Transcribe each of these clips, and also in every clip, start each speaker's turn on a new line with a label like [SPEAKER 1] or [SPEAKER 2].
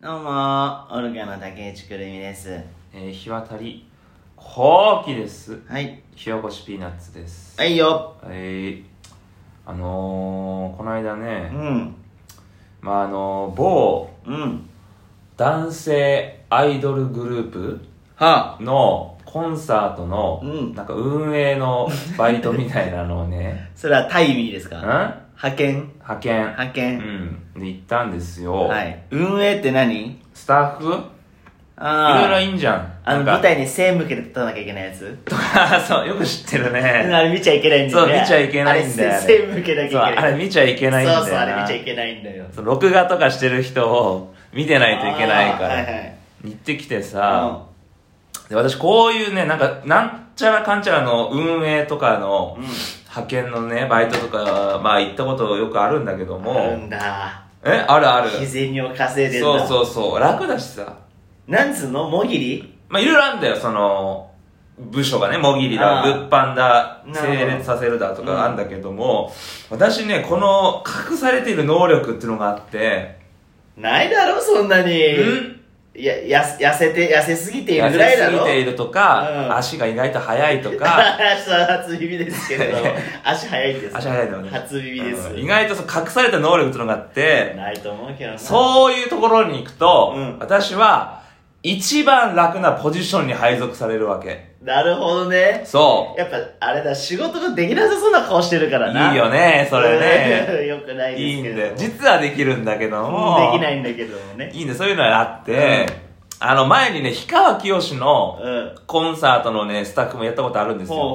[SPEAKER 1] どうもオルガの竹内くるみです
[SPEAKER 2] えー、日渡り後期です
[SPEAKER 1] はい
[SPEAKER 2] 火起こしピーナッツです
[SPEAKER 1] はいよ
[SPEAKER 2] えーあのー、この間
[SPEAKER 1] う
[SPEAKER 2] ね、
[SPEAKER 1] ん
[SPEAKER 2] まああのー某
[SPEAKER 1] うん
[SPEAKER 2] 男性アイドルグループ
[SPEAKER 1] は
[SPEAKER 2] のコンサートの、
[SPEAKER 1] うん
[SPEAKER 2] なんか運営のバイトみたいなの をね
[SPEAKER 1] それはタイミーです
[SPEAKER 2] ん
[SPEAKER 1] か
[SPEAKER 2] 派
[SPEAKER 1] 派遣
[SPEAKER 2] 遣
[SPEAKER 1] 派
[SPEAKER 2] う
[SPEAKER 1] 遣、
[SPEAKER 2] んで行ったんですよ、
[SPEAKER 1] はい運営って何
[SPEAKER 2] スタッフいろいろ
[SPEAKER 1] ああ
[SPEAKER 2] いいんじゃん
[SPEAKER 1] あの
[SPEAKER 2] なん
[SPEAKER 1] 舞
[SPEAKER 2] か
[SPEAKER 1] 台に背向けて立たなきゃいけないやつ
[SPEAKER 2] とかそうよく知ってるね
[SPEAKER 1] あれ見ちゃいけないんだよね
[SPEAKER 2] そう見ちゃいけないんだよ
[SPEAKER 1] あれ背向けなきゃいけ
[SPEAKER 2] そう
[SPEAKER 1] な
[SPEAKER 2] あ
[SPEAKER 1] い
[SPEAKER 2] れ見ちゃいけないんだよな
[SPEAKER 1] そうそうあれ見ちゃいけないんだよ
[SPEAKER 2] そう録画とかしてる人を見てないといけないから、
[SPEAKER 1] あーはいはい
[SPEAKER 2] 行ってきてさ、で私こういうねなんかなんちゃらかんちゃらの運営とかの
[SPEAKER 1] うんうん
[SPEAKER 2] 派遣のねバイトとかまあ行ったことよくあるんだけども、
[SPEAKER 1] あるんだ
[SPEAKER 2] えあるある
[SPEAKER 1] 日銭を稼いでん
[SPEAKER 2] そう
[SPEAKER 1] だう
[SPEAKER 2] そうそう楽だしさ
[SPEAKER 1] なんつうのもぎり
[SPEAKER 2] まあいろいろあるんだよその部署がねもぎりだ
[SPEAKER 1] あー
[SPEAKER 2] 物販だ
[SPEAKER 1] なるほど
[SPEAKER 2] 整列させるだとかあるんだけども、私ねこの隠されている能力っていうのがあって、
[SPEAKER 1] ないだろそんなに
[SPEAKER 2] うん
[SPEAKER 1] いややす痩せて痩せすぎている
[SPEAKER 2] 痩
[SPEAKER 1] ぐらいだ
[SPEAKER 2] せす
[SPEAKER 1] ろ
[SPEAKER 2] ぎているとか、
[SPEAKER 1] うん
[SPEAKER 2] 足が意外と速いと か
[SPEAKER 1] 足は 初耳ですけれど足早いんです
[SPEAKER 2] 足速いのね
[SPEAKER 1] 初耳です、
[SPEAKER 2] うん意外とそう隠された能力ってのがあって
[SPEAKER 1] ないと思うけどな
[SPEAKER 2] そういうところに行くと、
[SPEAKER 1] うん
[SPEAKER 2] 私は一番楽なポジションに配属されるわけ
[SPEAKER 1] なるほどね
[SPEAKER 2] そ
[SPEAKER 1] やっぱあれだ仕事ができなさそうな顔してるか
[SPEAKER 2] う
[SPEAKER 1] らない
[SPEAKER 2] いよねそれね
[SPEAKER 1] よくない
[SPEAKER 2] い
[SPEAKER 1] で
[SPEAKER 2] い
[SPEAKER 1] す
[SPEAKER 2] ん
[SPEAKER 1] けれど
[SPEAKER 2] だよ
[SPEAKER 1] も
[SPEAKER 2] 実はできるんだけども
[SPEAKER 1] できないんだけどもね
[SPEAKER 2] いいねそういうのがあって、あの前にね氷川きよしの
[SPEAKER 1] うん
[SPEAKER 2] コンサートのねスタッフもやったことあるんですよ
[SPEAKER 1] ほう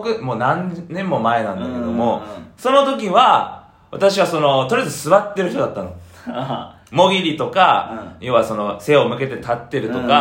[SPEAKER 1] ほ
[SPEAKER 2] 56もう何年も前なんだけど
[SPEAKER 1] う
[SPEAKER 2] も、
[SPEAKER 1] んうんうん
[SPEAKER 2] その時は私はそのとりあえず座ってる人だったの
[SPEAKER 1] あ
[SPEAKER 2] もぎりとか、要はその背を向けて立ってるとか、
[SPEAKER 1] うんうん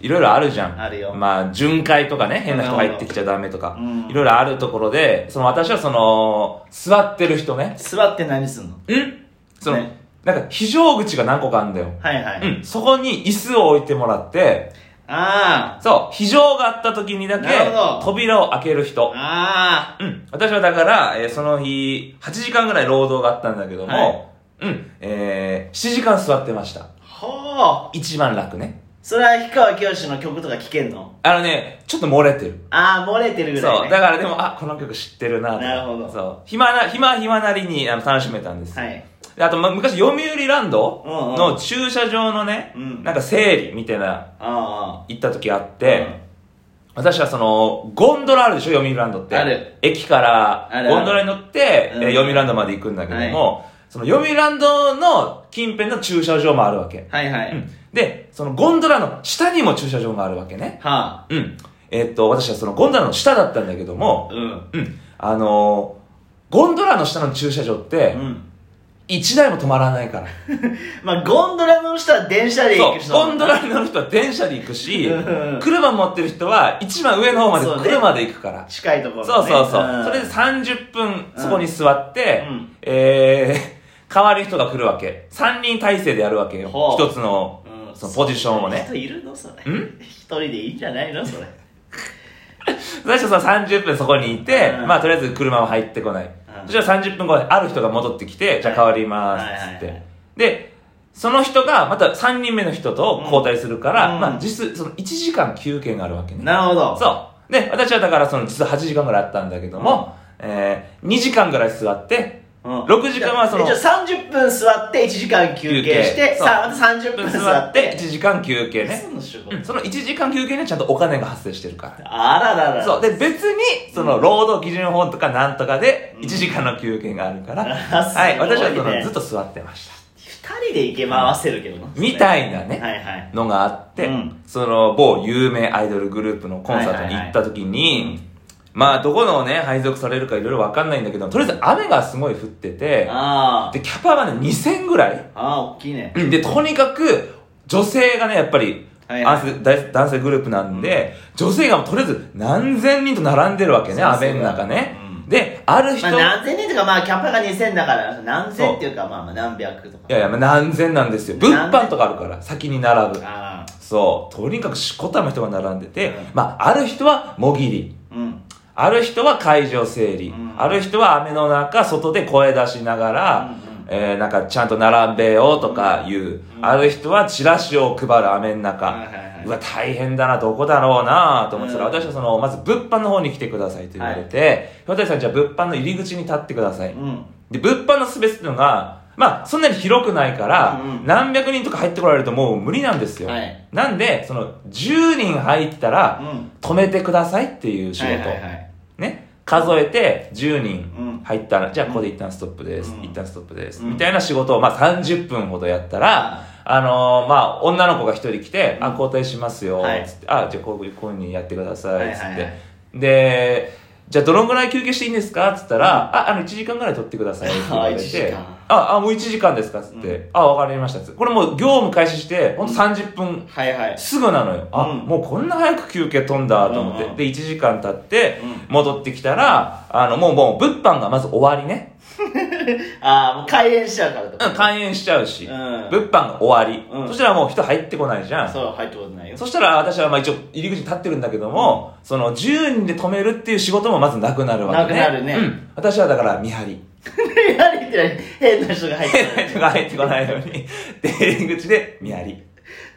[SPEAKER 2] いろいろあるじゃん
[SPEAKER 1] あるよ
[SPEAKER 2] まあ巡回とかね変な人
[SPEAKER 1] な
[SPEAKER 2] 入
[SPEAKER 1] るほど
[SPEAKER 2] ってきちゃダメとか、
[SPEAKER 1] うん
[SPEAKER 2] いろいろあるところでその私はその座ってる人ね
[SPEAKER 1] 座って何すんの
[SPEAKER 2] うんその、
[SPEAKER 1] ね
[SPEAKER 2] なんか非常口が何個かあるんだよ、
[SPEAKER 1] はいはい、
[SPEAKER 2] うんそこに椅子を置いてもらって
[SPEAKER 1] あ
[SPEAKER 2] そう、非常があった時にだけ
[SPEAKER 1] なるほど、
[SPEAKER 2] 扉を開ける
[SPEAKER 1] あ
[SPEAKER 2] 人。
[SPEAKER 1] あ
[SPEAKER 2] うん。私はだから、えーその日、8時間ぐらい労働があったんだけども、うん。えー、7時間座ってました。
[SPEAKER 1] あほう
[SPEAKER 2] 一番楽ね。
[SPEAKER 1] それは氷川きよしの曲とか聴けんの
[SPEAKER 2] あのね、ちょっと漏れてる。
[SPEAKER 1] ああ漏れてるぐらい、
[SPEAKER 2] そ
[SPEAKER 1] ね、
[SPEAKER 2] う。だからでも、あ、この曲知ってるなとか
[SPEAKER 1] なるほど
[SPEAKER 2] そう。暇な、暇は暇なりにあの楽しめたんです。
[SPEAKER 1] はい
[SPEAKER 2] であと、ま、昔、読売ランド
[SPEAKER 1] うんうん
[SPEAKER 2] の駐車場のね、
[SPEAKER 1] うん
[SPEAKER 2] なんか整理みたいな、
[SPEAKER 1] あ
[SPEAKER 2] 行った時あっ
[SPEAKER 1] あ
[SPEAKER 2] て、私はその、ゴンドラあるでしょ、読売ランドって。
[SPEAKER 1] ある
[SPEAKER 2] 駅から
[SPEAKER 1] あるある、
[SPEAKER 2] ゴンドラに乗って、え
[SPEAKER 1] うん
[SPEAKER 2] ー読売ランドまで行くんだけども、その読売ランドの近辺の駐車場もあるわけ。
[SPEAKER 1] はいはい、
[SPEAKER 2] うんで、そのゴンドラの下にも駐車場があるわけね。
[SPEAKER 1] は
[SPEAKER 2] うん。えーっと、私はそのゴンドラの下だったんだけど
[SPEAKER 1] あ
[SPEAKER 2] も、
[SPEAKER 1] うん
[SPEAKER 2] うん。あのーゴンドラの下の駐車場っ
[SPEAKER 1] う
[SPEAKER 2] て、
[SPEAKER 1] ん
[SPEAKER 2] 一台も止まらないから。
[SPEAKER 1] まあゴンドラ乗る人は電車で行
[SPEAKER 2] そ
[SPEAKER 1] く
[SPEAKER 2] う、
[SPEAKER 1] 人
[SPEAKER 2] ゴンド
[SPEAKER 1] ラ
[SPEAKER 2] ラに乗る人は電車で行くし
[SPEAKER 1] うん、
[SPEAKER 2] 車持ってる人は一番上の方まで
[SPEAKER 1] そうね
[SPEAKER 2] 車で行くから。
[SPEAKER 1] 近いところ、ね、
[SPEAKER 2] そうそうそう。
[SPEAKER 1] ん
[SPEAKER 2] それで30分そこに座って、
[SPEAKER 1] うん
[SPEAKER 2] えー、 変わる人が来るわけ。3人体制でやるわけよ。
[SPEAKER 1] ほう
[SPEAKER 2] 一つの、
[SPEAKER 1] うん
[SPEAKER 2] そのポジションをね。
[SPEAKER 1] 人いるのそれ
[SPEAKER 2] ん
[SPEAKER 1] 一人でいいんじゃないのそれ
[SPEAKER 2] 最初さ、30分そこにいて、
[SPEAKER 1] うん
[SPEAKER 2] まあとりあえず車は入ってこない。
[SPEAKER 1] うん
[SPEAKER 2] そしたら30分後である人が戻ってきて、じゃあ変わります
[SPEAKER 1] はい、
[SPEAKER 2] つって、
[SPEAKER 1] はいはいはい
[SPEAKER 2] で、その人がまた3人目の人と交代するから、
[SPEAKER 1] うん
[SPEAKER 2] まあ実質その1時間休憩があるわけね。
[SPEAKER 1] なるほど
[SPEAKER 2] そう。で、私はだからその実は8時間ぐらいあったんだけども、えー、2時間ぐらい座って、
[SPEAKER 1] うん
[SPEAKER 2] 6時間はその
[SPEAKER 1] えじゃあ30分座って1時間休憩して
[SPEAKER 2] 休憩そう
[SPEAKER 1] さあまた30分
[SPEAKER 2] 10分
[SPEAKER 1] 座
[SPEAKER 2] 座
[SPEAKER 1] っ
[SPEAKER 2] って
[SPEAKER 1] て
[SPEAKER 2] 1時間休憩ね
[SPEAKER 1] その仕事、
[SPEAKER 2] うんその1時間休憩にはちゃんとお金が発生してるから
[SPEAKER 1] あららら
[SPEAKER 2] そうで別にその労働基準法とかなんとかで
[SPEAKER 1] うん
[SPEAKER 2] 1時間の休憩があるから、
[SPEAKER 1] あすごい
[SPEAKER 2] はい
[SPEAKER 1] ね
[SPEAKER 2] 私はそのずっと座ってました
[SPEAKER 1] 2人で行け回せるけどな
[SPEAKER 2] みた
[SPEAKER 1] い
[SPEAKER 2] いなね、
[SPEAKER 1] はいはい
[SPEAKER 2] のがあって、
[SPEAKER 1] うん
[SPEAKER 2] その某有名アイドルグループのコンサートに行った時に、
[SPEAKER 1] はいはいはいうん
[SPEAKER 2] まあどこのね配属されるかいろいろ分かんないんだけどとりあえず雨がすごい降ってて
[SPEAKER 1] あー
[SPEAKER 2] でキャパがね2000ぐらい
[SPEAKER 1] あー大きいね
[SPEAKER 2] うんで、とにかく、女性がね、やっぱり、
[SPEAKER 1] はいはい
[SPEAKER 2] 男性大男性グループなんで、女性がもうとりあえず何千人と並んでるわけね、
[SPEAKER 1] そうそう
[SPEAKER 2] 雨の中ね。
[SPEAKER 1] うん
[SPEAKER 2] で、ある人、
[SPEAKER 1] まあ、何千人とかまあキャパが2000だから何千っていうかまあまあ何百とか
[SPEAKER 2] いやいや、まあ何千なんですよ。物販とかあるから、先に並ぶ。
[SPEAKER 1] あ
[SPEAKER 2] そう。とにかくしこたま人が並んでて、
[SPEAKER 1] うん
[SPEAKER 2] まあ、ある人はもぎり。
[SPEAKER 1] あうん
[SPEAKER 2] ある人は会場整理、
[SPEAKER 1] うん
[SPEAKER 2] ある人は雨の中、外で声出しながら、
[SPEAKER 1] うんうん
[SPEAKER 2] えーなんかちゃんと並べようとかいう、ある人はチラシを配る雨の中、
[SPEAKER 1] はいはいはいう
[SPEAKER 2] わ大変だなどこだろうなと思ってたら、
[SPEAKER 1] うん
[SPEAKER 2] 私はそのまず物販の方に来てくださいと言われて岩谷、さんじゃあ物販の入り口に立ってください、
[SPEAKER 1] うん。
[SPEAKER 2] で物販のスペースっていうのがまあそんなに広くないから、
[SPEAKER 1] うんうん
[SPEAKER 2] 何百人とか入ってこられるともう無理なんですよ、
[SPEAKER 1] はい
[SPEAKER 2] なんでその10人入ったら、
[SPEAKER 1] うん。
[SPEAKER 2] 止めてくださいっていう仕事、
[SPEAKER 1] はいはいはい。
[SPEAKER 2] ね数えて10人入ったら、じゃあ
[SPEAKER 1] うん
[SPEAKER 2] ここで一旦ストップです、
[SPEAKER 1] うん
[SPEAKER 2] 一旦ストップです、
[SPEAKER 1] うん
[SPEAKER 2] みたいな仕事を、まあ、30分ほどやったら、あのーまあ女の子が一人来て「
[SPEAKER 1] うん
[SPEAKER 2] あ交代しますよ」
[SPEAKER 1] はい
[SPEAKER 2] つって「あじゃあこういうこういうふうにやってください」つって、
[SPEAKER 1] はいはいはい
[SPEAKER 2] でじゃあどのぐらい休憩していいんですかっつったら、あ、あの、1時間ぐらい取ってくださいって言われ
[SPEAKER 1] あ
[SPEAKER 2] て。
[SPEAKER 1] 1時間
[SPEAKER 2] あ、あ、もう1時間ですかっつって。
[SPEAKER 1] う
[SPEAKER 2] あ、わかりましたっつって。これもう業務開始して、ほんと30分
[SPEAKER 1] はいはい。
[SPEAKER 2] すぐなのよ。あ、
[SPEAKER 1] うん
[SPEAKER 2] もうこんな早く休憩飛んだと思って。
[SPEAKER 1] うんうん
[SPEAKER 2] で、1時間経って
[SPEAKER 1] う、
[SPEAKER 2] 戻ってきたら、あの、もうもう物販がまず終わりね。
[SPEAKER 1] ああ、もう開演しちゃうからと
[SPEAKER 2] うん、
[SPEAKER 1] か。
[SPEAKER 2] 開園しちゃうし、
[SPEAKER 1] うん
[SPEAKER 2] 物販が終わり、
[SPEAKER 1] うん
[SPEAKER 2] そしたらもう人入ってこないじゃん。
[SPEAKER 1] そう、入ったことないよ。
[SPEAKER 2] そしたら私はまあ一応入り口に立ってるんだけども、その10人で止めるっていう仕事もまずなくなるわけね。
[SPEAKER 1] なくなるね
[SPEAKER 2] うん。私はだから見張り。
[SPEAKER 1] やりってない変な人が入ってない
[SPEAKER 2] 人が入ってこないように。で、入り口で見張り。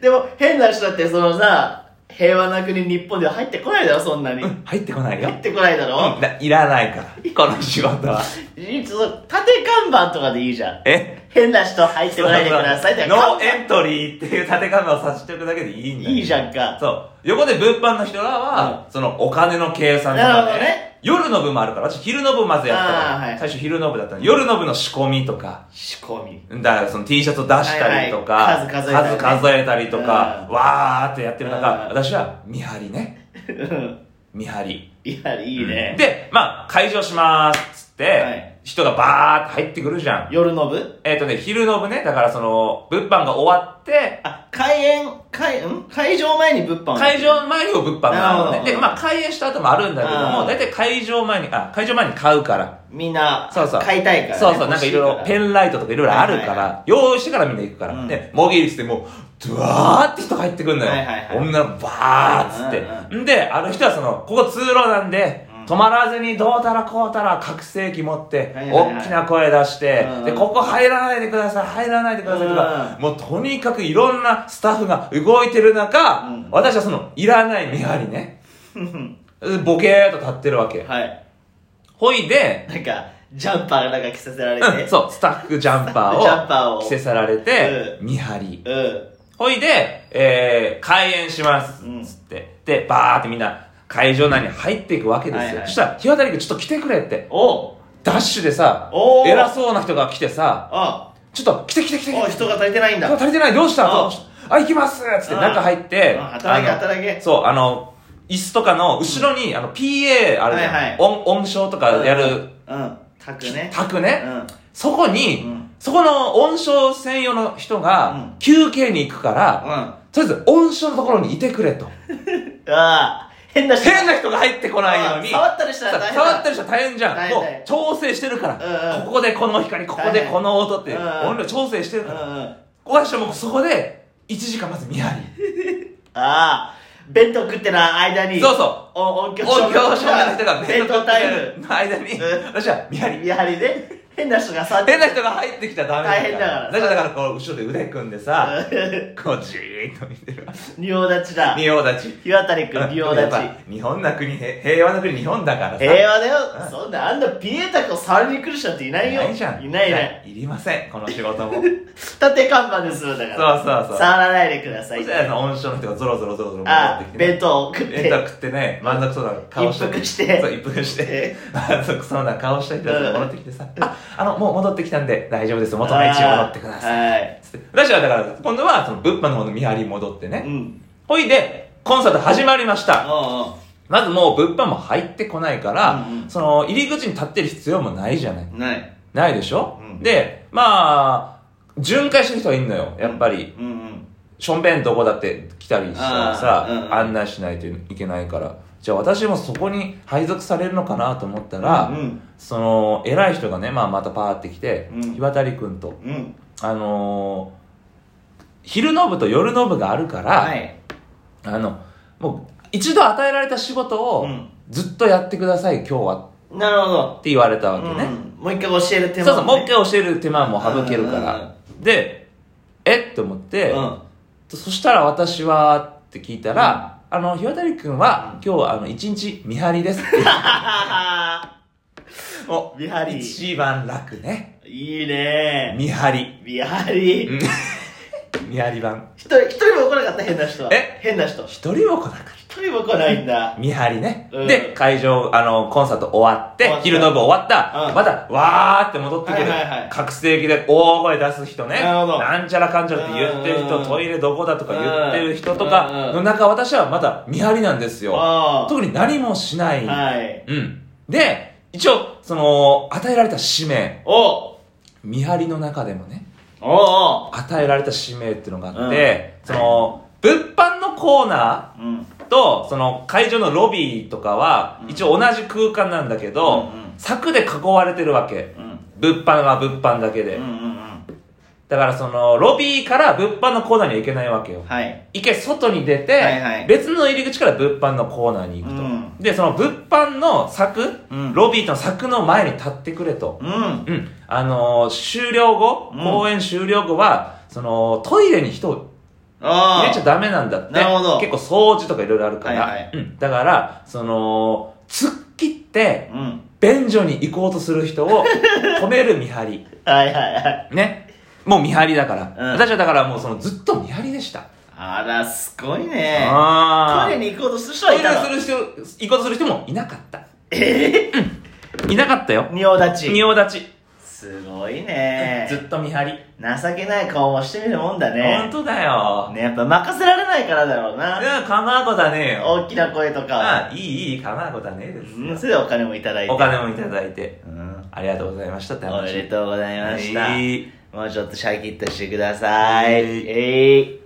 [SPEAKER 1] でも、変な人だってそのさ、平和な国日本では入ってこないだろ、そんなに。
[SPEAKER 2] うん、入ってこないよ
[SPEAKER 1] 入。ってこないだろ。
[SPEAKER 2] いらないから、この仕事は。
[SPEAKER 1] いつ縦看板とかでいいじゃん。
[SPEAKER 2] え
[SPEAKER 1] 変な人入ってこないでくださいって。
[SPEAKER 2] ノーエントリーっていう縦看板をさしておくだけでいいんだよ
[SPEAKER 1] いいじゃんか。
[SPEAKER 2] そう横で物販の人らは、そのお金の計算と
[SPEAKER 1] なる
[SPEAKER 2] か
[SPEAKER 1] ほどね
[SPEAKER 2] 夜の部もあるから私昼の部まずやったから、
[SPEAKER 1] あーはい
[SPEAKER 2] 最初昼の部だったの夜の部の仕込みとか
[SPEAKER 1] 仕込み。
[SPEAKER 2] だからその T シャツを出したりとか、
[SPEAKER 1] はいはい数数えたりね
[SPEAKER 2] 数数えたりとか、
[SPEAKER 1] う
[SPEAKER 2] わーってやってる中、
[SPEAKER 1] うん
[SPEAKER 2] 私は見張りね
[SPEAKER 1] うん
[SPEAKER 2] 見張り
[SPEAKER 1] いや、いいね。
[SPEAKER 2] でまあ会場しますっつって、
[SPEAKER 1] はい
[SPEAKER 2] 人がバーって入ってくるじゃん
[SPEAKER 1] 夜の部
[SPEAKER 2] えっ、とね昼の部ねだからその物販が終わって
[SPEAKER 1] あ、開演、開、ん会場前に物販を
[SPEAKER 2] 会場前にも物販があるの
[SPEAKER 1] なるほ
[SPEAKER 2] ね。
[SPEAKER 1] ど
[SPEAKER 2] で、まあ、開演した後もあるんだけど
[SPEAKER 1] あ
[SPEAKER 2] も、
[SPEAKER 1] ー
[SPEAKER 2] 大体会場前に、あ、会場前に買うから。
[SPEAKER 1] みんな、
[SPEAKER 2] そうそう
[SPEAKER 1] 買いたいからね。
[SPEAKER 2] そうそう、なんかいろいろ
[SPEAKER 1] 欲し
[SPEAKER 2] ペンライトとかいろいろあるか
[SPEAKER 1] はいはい
[SPEAKER 2] ら、用意してからみんな行くか
[SPEAKER 1] う
[SPEAKER 2] ら。
[SPEAKER 1] ん
[SPEAKER 2] で、もぎりつってもう、ドワーって人が入ってくんのよ
[SPEAKER 1] はいはいは。い
[SPEAKER 2] 女のバーっ
[SPEAKER 1] うん
[SPEAKER 2] つ
[SPEAKER 1] う
[SPEAKER 2] っ
[SPEAKER 1] ん
[SPEAKER 2] て。んで、ある人はその、ここ通路なんで
[SPEAKER 1] うん、
[SPEAKER 2] 止まらずにどうたらこうたら拡声器持って
[SPEAKER 1] はい、はいはい
[SPEAKER 2] 大きな声出して
[SPEAKER 1] うんう、ん
[SPEAKER 2] で、ここ入らないでください、入らないでくださいとか、もうとにかくいろんなスタッフが動いてる中
[SPEAKER 1] うん、
[SPEAKER 2] 私はその、いらない見張りね。
[SPEAKER 1] いから
[SPEAKER 2] ボケーっと立ってるわけ。
[SPEAKER 1] はい。
[SPEAKER 2] ほいで、
[SPEAKER 1] なんか、ジャンパーがなんか着させられ
[SPEAKER 2] うん、
[SPEAKER 1] て。
[SPEAKER 2] そう、スタッフジャンパ
[SPEAKER 1] スタッフジャンパ
[SPEAKER 2] ー
[SPEAKER 1] ー
[SPEAKER 2] を
[SPEAKER 1] を
[SPEAKER 2] 着せされて、見張り。
[SPEAKER 1] う。うん。
[SPEAKER 2] ほいで、えー、開演します。
[SPEAKER 1] うん
[SPEAKER 2] つって。で、バーってみんな、会場内に入っていくわけですよ。
[SPEAKER 1] はいはい
[SPEAKER 2] そしたら、日渡り君ちょっと来てくれって。
[SPEAKER 1] お
[SPEAKER 2] ダッシュでさ
[SPEAKER 1] お、ー
[SPEAKER 2] 偉そうな人が来てさ、
[SPEAKER 1] あ、
[SPEAKER 2] ちょっと来て来て来て。
[SPEAKER 1] お、人が足りてないんだ。
[SPEAKER 2] 人足りてない、どうした
[SPEAKER 1] あ
[SPEAKER 2] ああ、行きますつって
[SPEAKER 1] あ
[SPEAKER 2] 中入って、
[SPEAKER 1] あ働け
[SPEAKER 2] あの
[SPEAKER 1] 働け
[SPEAKER 2] そう、あの、椅子とかの後ろに、あの、PA あるじゃん。
[SPEAKER 1] はいはい
[SPEAKER 2] 音音響とかやる、
[SPEAKER 1] うん。タクね。
[SPEAKER 2] 卓
[SPEAKER 1] う
[SPEAKER 2] ね。
[SPEAKER 1] ん。
[SPEAKER 2] そこに、
[SPEAKER 1] うん
[SPEAKER 2] そこの音響専用の人
[SPEAKER 1] う
[SPEAKER 2] が
[SPEAKER 1] ん
[SPEAKER 2] 休憩に行くから、
[SPEAKER 1] あ
[SPEAKER 2] とりあえず音響のところにいてくれと。
[SPEAKER 1] あ、変な人。
[SPEAKER 2] 変な人が入ってこないように。
[SPEAKER 1] あ触ったりしたら大変だ
[SPEAKER 2] 触ったりしたら大変じゃん。
[SPEAKER 1] 大
[SPEAKER 2] も
[SPEAKER 1] 変
[SPEAKER 2] う
[SPEAKER 1] 大変
[SPEAKER 2] 調整してるから、
[SPEAKER 1] うんうん
[SPEAKER 2] ここでこの光、ここでこの音って、
[SPEAKER 1] 大変うん
[SPEAKER 2] 音量調整してる
[SPEAKER 1] う
[SPEAKER 2] か
[SPEAKER 1] んうん。
[SPEAKER 2] ら。
[SPEAKER 1] あ
[SPEAKER 2] 私はもうそこで、1時間まず見張り。
[SPEAKER 1] あ、弁当食ってな、間に。。
[SPEAKER 2] そうそう
[SPEAKER 1] 音響
[SPEAKER 2] 音響照明の人が
[SPEAKER 1] 弁当タイム。
[SPEAKER 2] の間に、
[SPEAKER 1] うん
[SPEAKER 2] 私は見張り。
[SPEAKER 1] やはりね、変な人が触って。
[SPEAKER 2] 変な人が入ってきたらダメ
[SPEAKER 1] 大変だから
[SPEAKER 2] だから、だからこう、後ろで腕組んでさ、
[SPEAKER 1] うん
[SPEAKER 2] こう、じーっと見てるわ。
[SPEAKER 1] 仁王立ちだ。
[SPEAKER 2] 仁王立ち。
[SPEAKER 1] 日渡りくん、仁王立
[SPEAKER 2] やっ
[SPEAKER 1] ち。
[SPEAKER 2] ぱ日本な国へ平和な国日本だからさ
[SPEAKER 1] 平和だよ
[SPEAKER 2] うん。
[SPEAKER 1] そんな、あんなピエタクを触りに来る人なんていないよ。
[SPEAKER 2] いないじゃん
[SPEAKER 1] いないいない。
[SPEAKER 2] いりませんこの仕 事もそうそう
[SPEAKER 1] 縦看板でするんだから。
[SPEAKER 2] そう
[SPEAKER 1] 触らないでくださ
[SPEAKER 2] そ
[SPEAKER 1] い
[SPEAKER 2] し。たら音響の人がゾロゾロゾロゾロ戻
[SPEAKER 1] あ
[SPEAKER 2] ってき
[SPEAKER 1] あ、
[SPEAKER 2] てね
[SPEAKER 1] 弁当を食っ
[SPEAKER 2] 弁当
[SPEAKER 1] て。
[SPEAKER 2] 食ってね満足そうな顔して
[SPEAKER 1] 一服して
[SPEAKER 2] そう一服して
[SPEAKER 1] え
[SPEAKER 2] 満足そうな顔した人が
[SPEAKER 1] うん
[SPEAKER 2] 戻ってきてさ「ああのもう戻ってきたんで大丈夫です元の位置に戻ってください
[SPEAKER 1] い。はい。」
[SPEAKER 2] つって私はだから今度はその物販の方の見張りに戻って
[SPEAKER 1] う
[SPEAKER 2] ね
[SPEAKER 1] ん。
[SPEAKER 2] ほいでコンサート始まりました
[SPEAKER 1] おうおう
[SPEAKER 2] まずもう物販も入ってこないから、
[SPEAKER 1] うんうん
[SPEAKER 2] その入り口に立ってる必要もないじゃない。
[SPEAKER 1] ない。
[SPEAKER 2] ないでしょ、
[SPEAKER 1] うん
[SPEAKER 2] で、まあ、巡回してる人はいんのよ。やっぱり、
[SPEAKER 1] うんうん。
[SPEAKER 2] しょんべんどこだって来たりしたらさ、
[SPEAKER 1] あーうんうん
[SPEAKER 2] 案内しないといけないから。じゃあ私もそこに配属されるのかなと思ったら、
[SPEAKER 1] うん
[SPEAKER 2] その、偉い人がね、まあまたパーって来て、
[SPEAKER 1] うん
[SPEAKER 2] 日渡りくんと、
[SPEAKER 1] うん。
[SPEAKER 2] あのー昼の部と夜の部があるから、
[SPEAKER 1] はい。
[SPEAKER 2] あの、もう、一度与えられた仕事を
[SPEAKER 1] うん、
[SPEAKER 2] ずっとやってください、今日は。
[SPEAKER 1] なるほど。
[SPEAKER 2] て言われたわけね。
[SPEAKER 1] うんもう一回教える手間
[SPEAKER 2] そうそう、もう一回教える手間も省けるか
[SPEAKER 1] うんうん
[SPEAKER 2] ら。で、えって思って、
[SPEAKER 1] うん。
[SPEAKER 2] そしたら私はって聞いたら、あの、ひわたりくんは、今日、あの、一日見張りですって。お
[SPEAKER 1] 見張り
[SPEAKER 2] 一番楽ね。
[SPEAKER 1] いいね
[SPEAKER 2] 見張り。
[SPEAKER 1] 見張り。
[SPEAKER 2] うん見張り版。
[SPEAKER 1] 一人、一人も来なかった変な人は。
[SPEAKER 2] え
[SPEAKER 1] 変な人。一
[SPEAKER 2] 一人も来なかった。
[SPEAKER 1] 人も来ないんだ。
[SPEAKER 2] 見張りね。
[SPEAKER 1] うん
[SPEAKER 2] で、会場、あの、コンサート終わっ
[SPEAKER 1] 終わっ、
[SPEAKER 2] て
[SPEAKER 1] た
[SPEAKER 2] 昼の部終わった、
[SPEAKER 1] うん
[SPEAKER 2] また、わーって戻ってくる。
[SPEAKER 1] はいはいはい
[SPEAKER 2] 覚醒器で大声出す人ね。
[SPEAKER 1] なるほど
[SPEAKER 2] んちゃらかんちゃらって言ってる
[SPEAKER 1] う
[SPEAKER 2] 人、
[SPEAKER 1] ん
[SPEAKER 2] トイレどこだとか言ってる人とか
[SPEAKER 1] うん
[SPEAKER 2] の中、私はまだ見張りなんですよ。
[SPEAKER 1] あ
[SPEAKER 2] 特に何もしな
[SPEAKER 1] あ。
[SPEAKER 2] い。
[SPEAKER 1] はい。
[SPEAKER 2] うん。で、一応、その、与えられた使命、
[SPEAKER 1] おう
[SPEAKER 2] 見張りの中でもね、
[SPEAKER 1] おうお
[SPEAKER 2] 与えられた使命っていうのがあって、その、物販のコーナー、
[SPEAKER 1] ううん。
[SPEAKER 2] と、その会場のロビーとかは
[SPEAKER 1] う、ん
[SPEAKER 2] 一応同じ空間なんだけど、
[SPEAKER 1] うんうん
[SPEAKER 2] 柵で囲われてるわけ。
[SPEAKER 1] うん。
[SPEAKER 2] 物販は物販だけで。
[SPEAKER 1] うんうん
[SPEAKER 2] だからその、ロビーから物販のコーナーには行けないわけよ
[SPEAKER 1] うん。。はい。
[SPEAKER 2] 一回外に出て、
[SPEAKER 1] はいはい
[SPEAKER 2] 別の入り口から物販のコーナーに行くと。
[SPEAKER 1] うん
[SPEAKER 2] で、その物販の柵、
[SPEAKER 1] うん
[SPEAKER 2] ロビーとの柵の前に立ってくれと。
[SPEAKER 1] うん。
[SPEAKER 2] うん。あのー終了後、
[SPEAKER 1] うん
[SPEAKER 2] 公演終了後は、その、トイレに人を
[SPEAKER 1] ああ。
[SPEAKER 2] 入れちゃダメなんだって。
[SPEAKER 1] なるほど
[SPEAKER 2] 結構掃除とかいろいろあるから。
[SPEAKER 1] はいはい
[SPEAKER 2] うん。だから、その、突っ切って、
[SPEAKER 1] うん。
[SPEAKER 2] 便所に行こうとする人 を止める見張り。
[SPEAKER 1] はいはいはい。
[SPEAKER 2] ね。もう見張りだから。
[SPEAKER 1] うん
[SPEAKER 2] 私はだからもうそのずっと見張りでした。
[SPEAKER 1] あら、すごいね。
[SPEAKER 2] あ
[SPEAKER 1] トイレ
[SPEAKER 2] に
[SPEAKER 1] に行こうとする人
[SPEAKER 2] ト
[SPEAKER 1] は
[SPEAKER 2] イ
[SPEAKER 1] いたの
[SPEAKER 2] レする人、行こうとする人もいなかった。
[SPEAKER 1] え
[SPEAKER 2] いなかったよ
[SPEAKER 1] ぇ、。仁王立ち。
[SPEAKER 2] 仁王立ち。
[SPEAKER 1] すごいね。
[SPEAKER 2] ずっと見張り。
[SPEAKER 1] 情けない顔もしてみるもんだ
[SPEAKER 2] 本
[SPEAKER 1] ね。
[SPEAKER 2] 当だよ。
[SPEAKER 1] ね、やっぱ任せられないからだろう
[SPEAKER 2] うん、
[SPEAKER 1] な。
[SPEAKER 2] かまこだねえよ。
[SPEAKER 1] 大きな声とか。
[SPEAKER 2] あいい、いい、かまこだねえで
[SPEAKER 1] うん、
[SPEAKER 2] す。
[SPEAKER 1] それでお金もいただいて。
[SPEAKER 2] お金もいただいて、
[SPEAKER 1] うん。
[SPEAKER 2] ありがとうございましたって話。
[SPEAKER 1] おめでとうございました。
[SPEAKER 2] はい
[SPEAKER 1] もうちょっとシャキッとしてください。
[SPEAKER 2] はい
[SPEAKER 1] えい。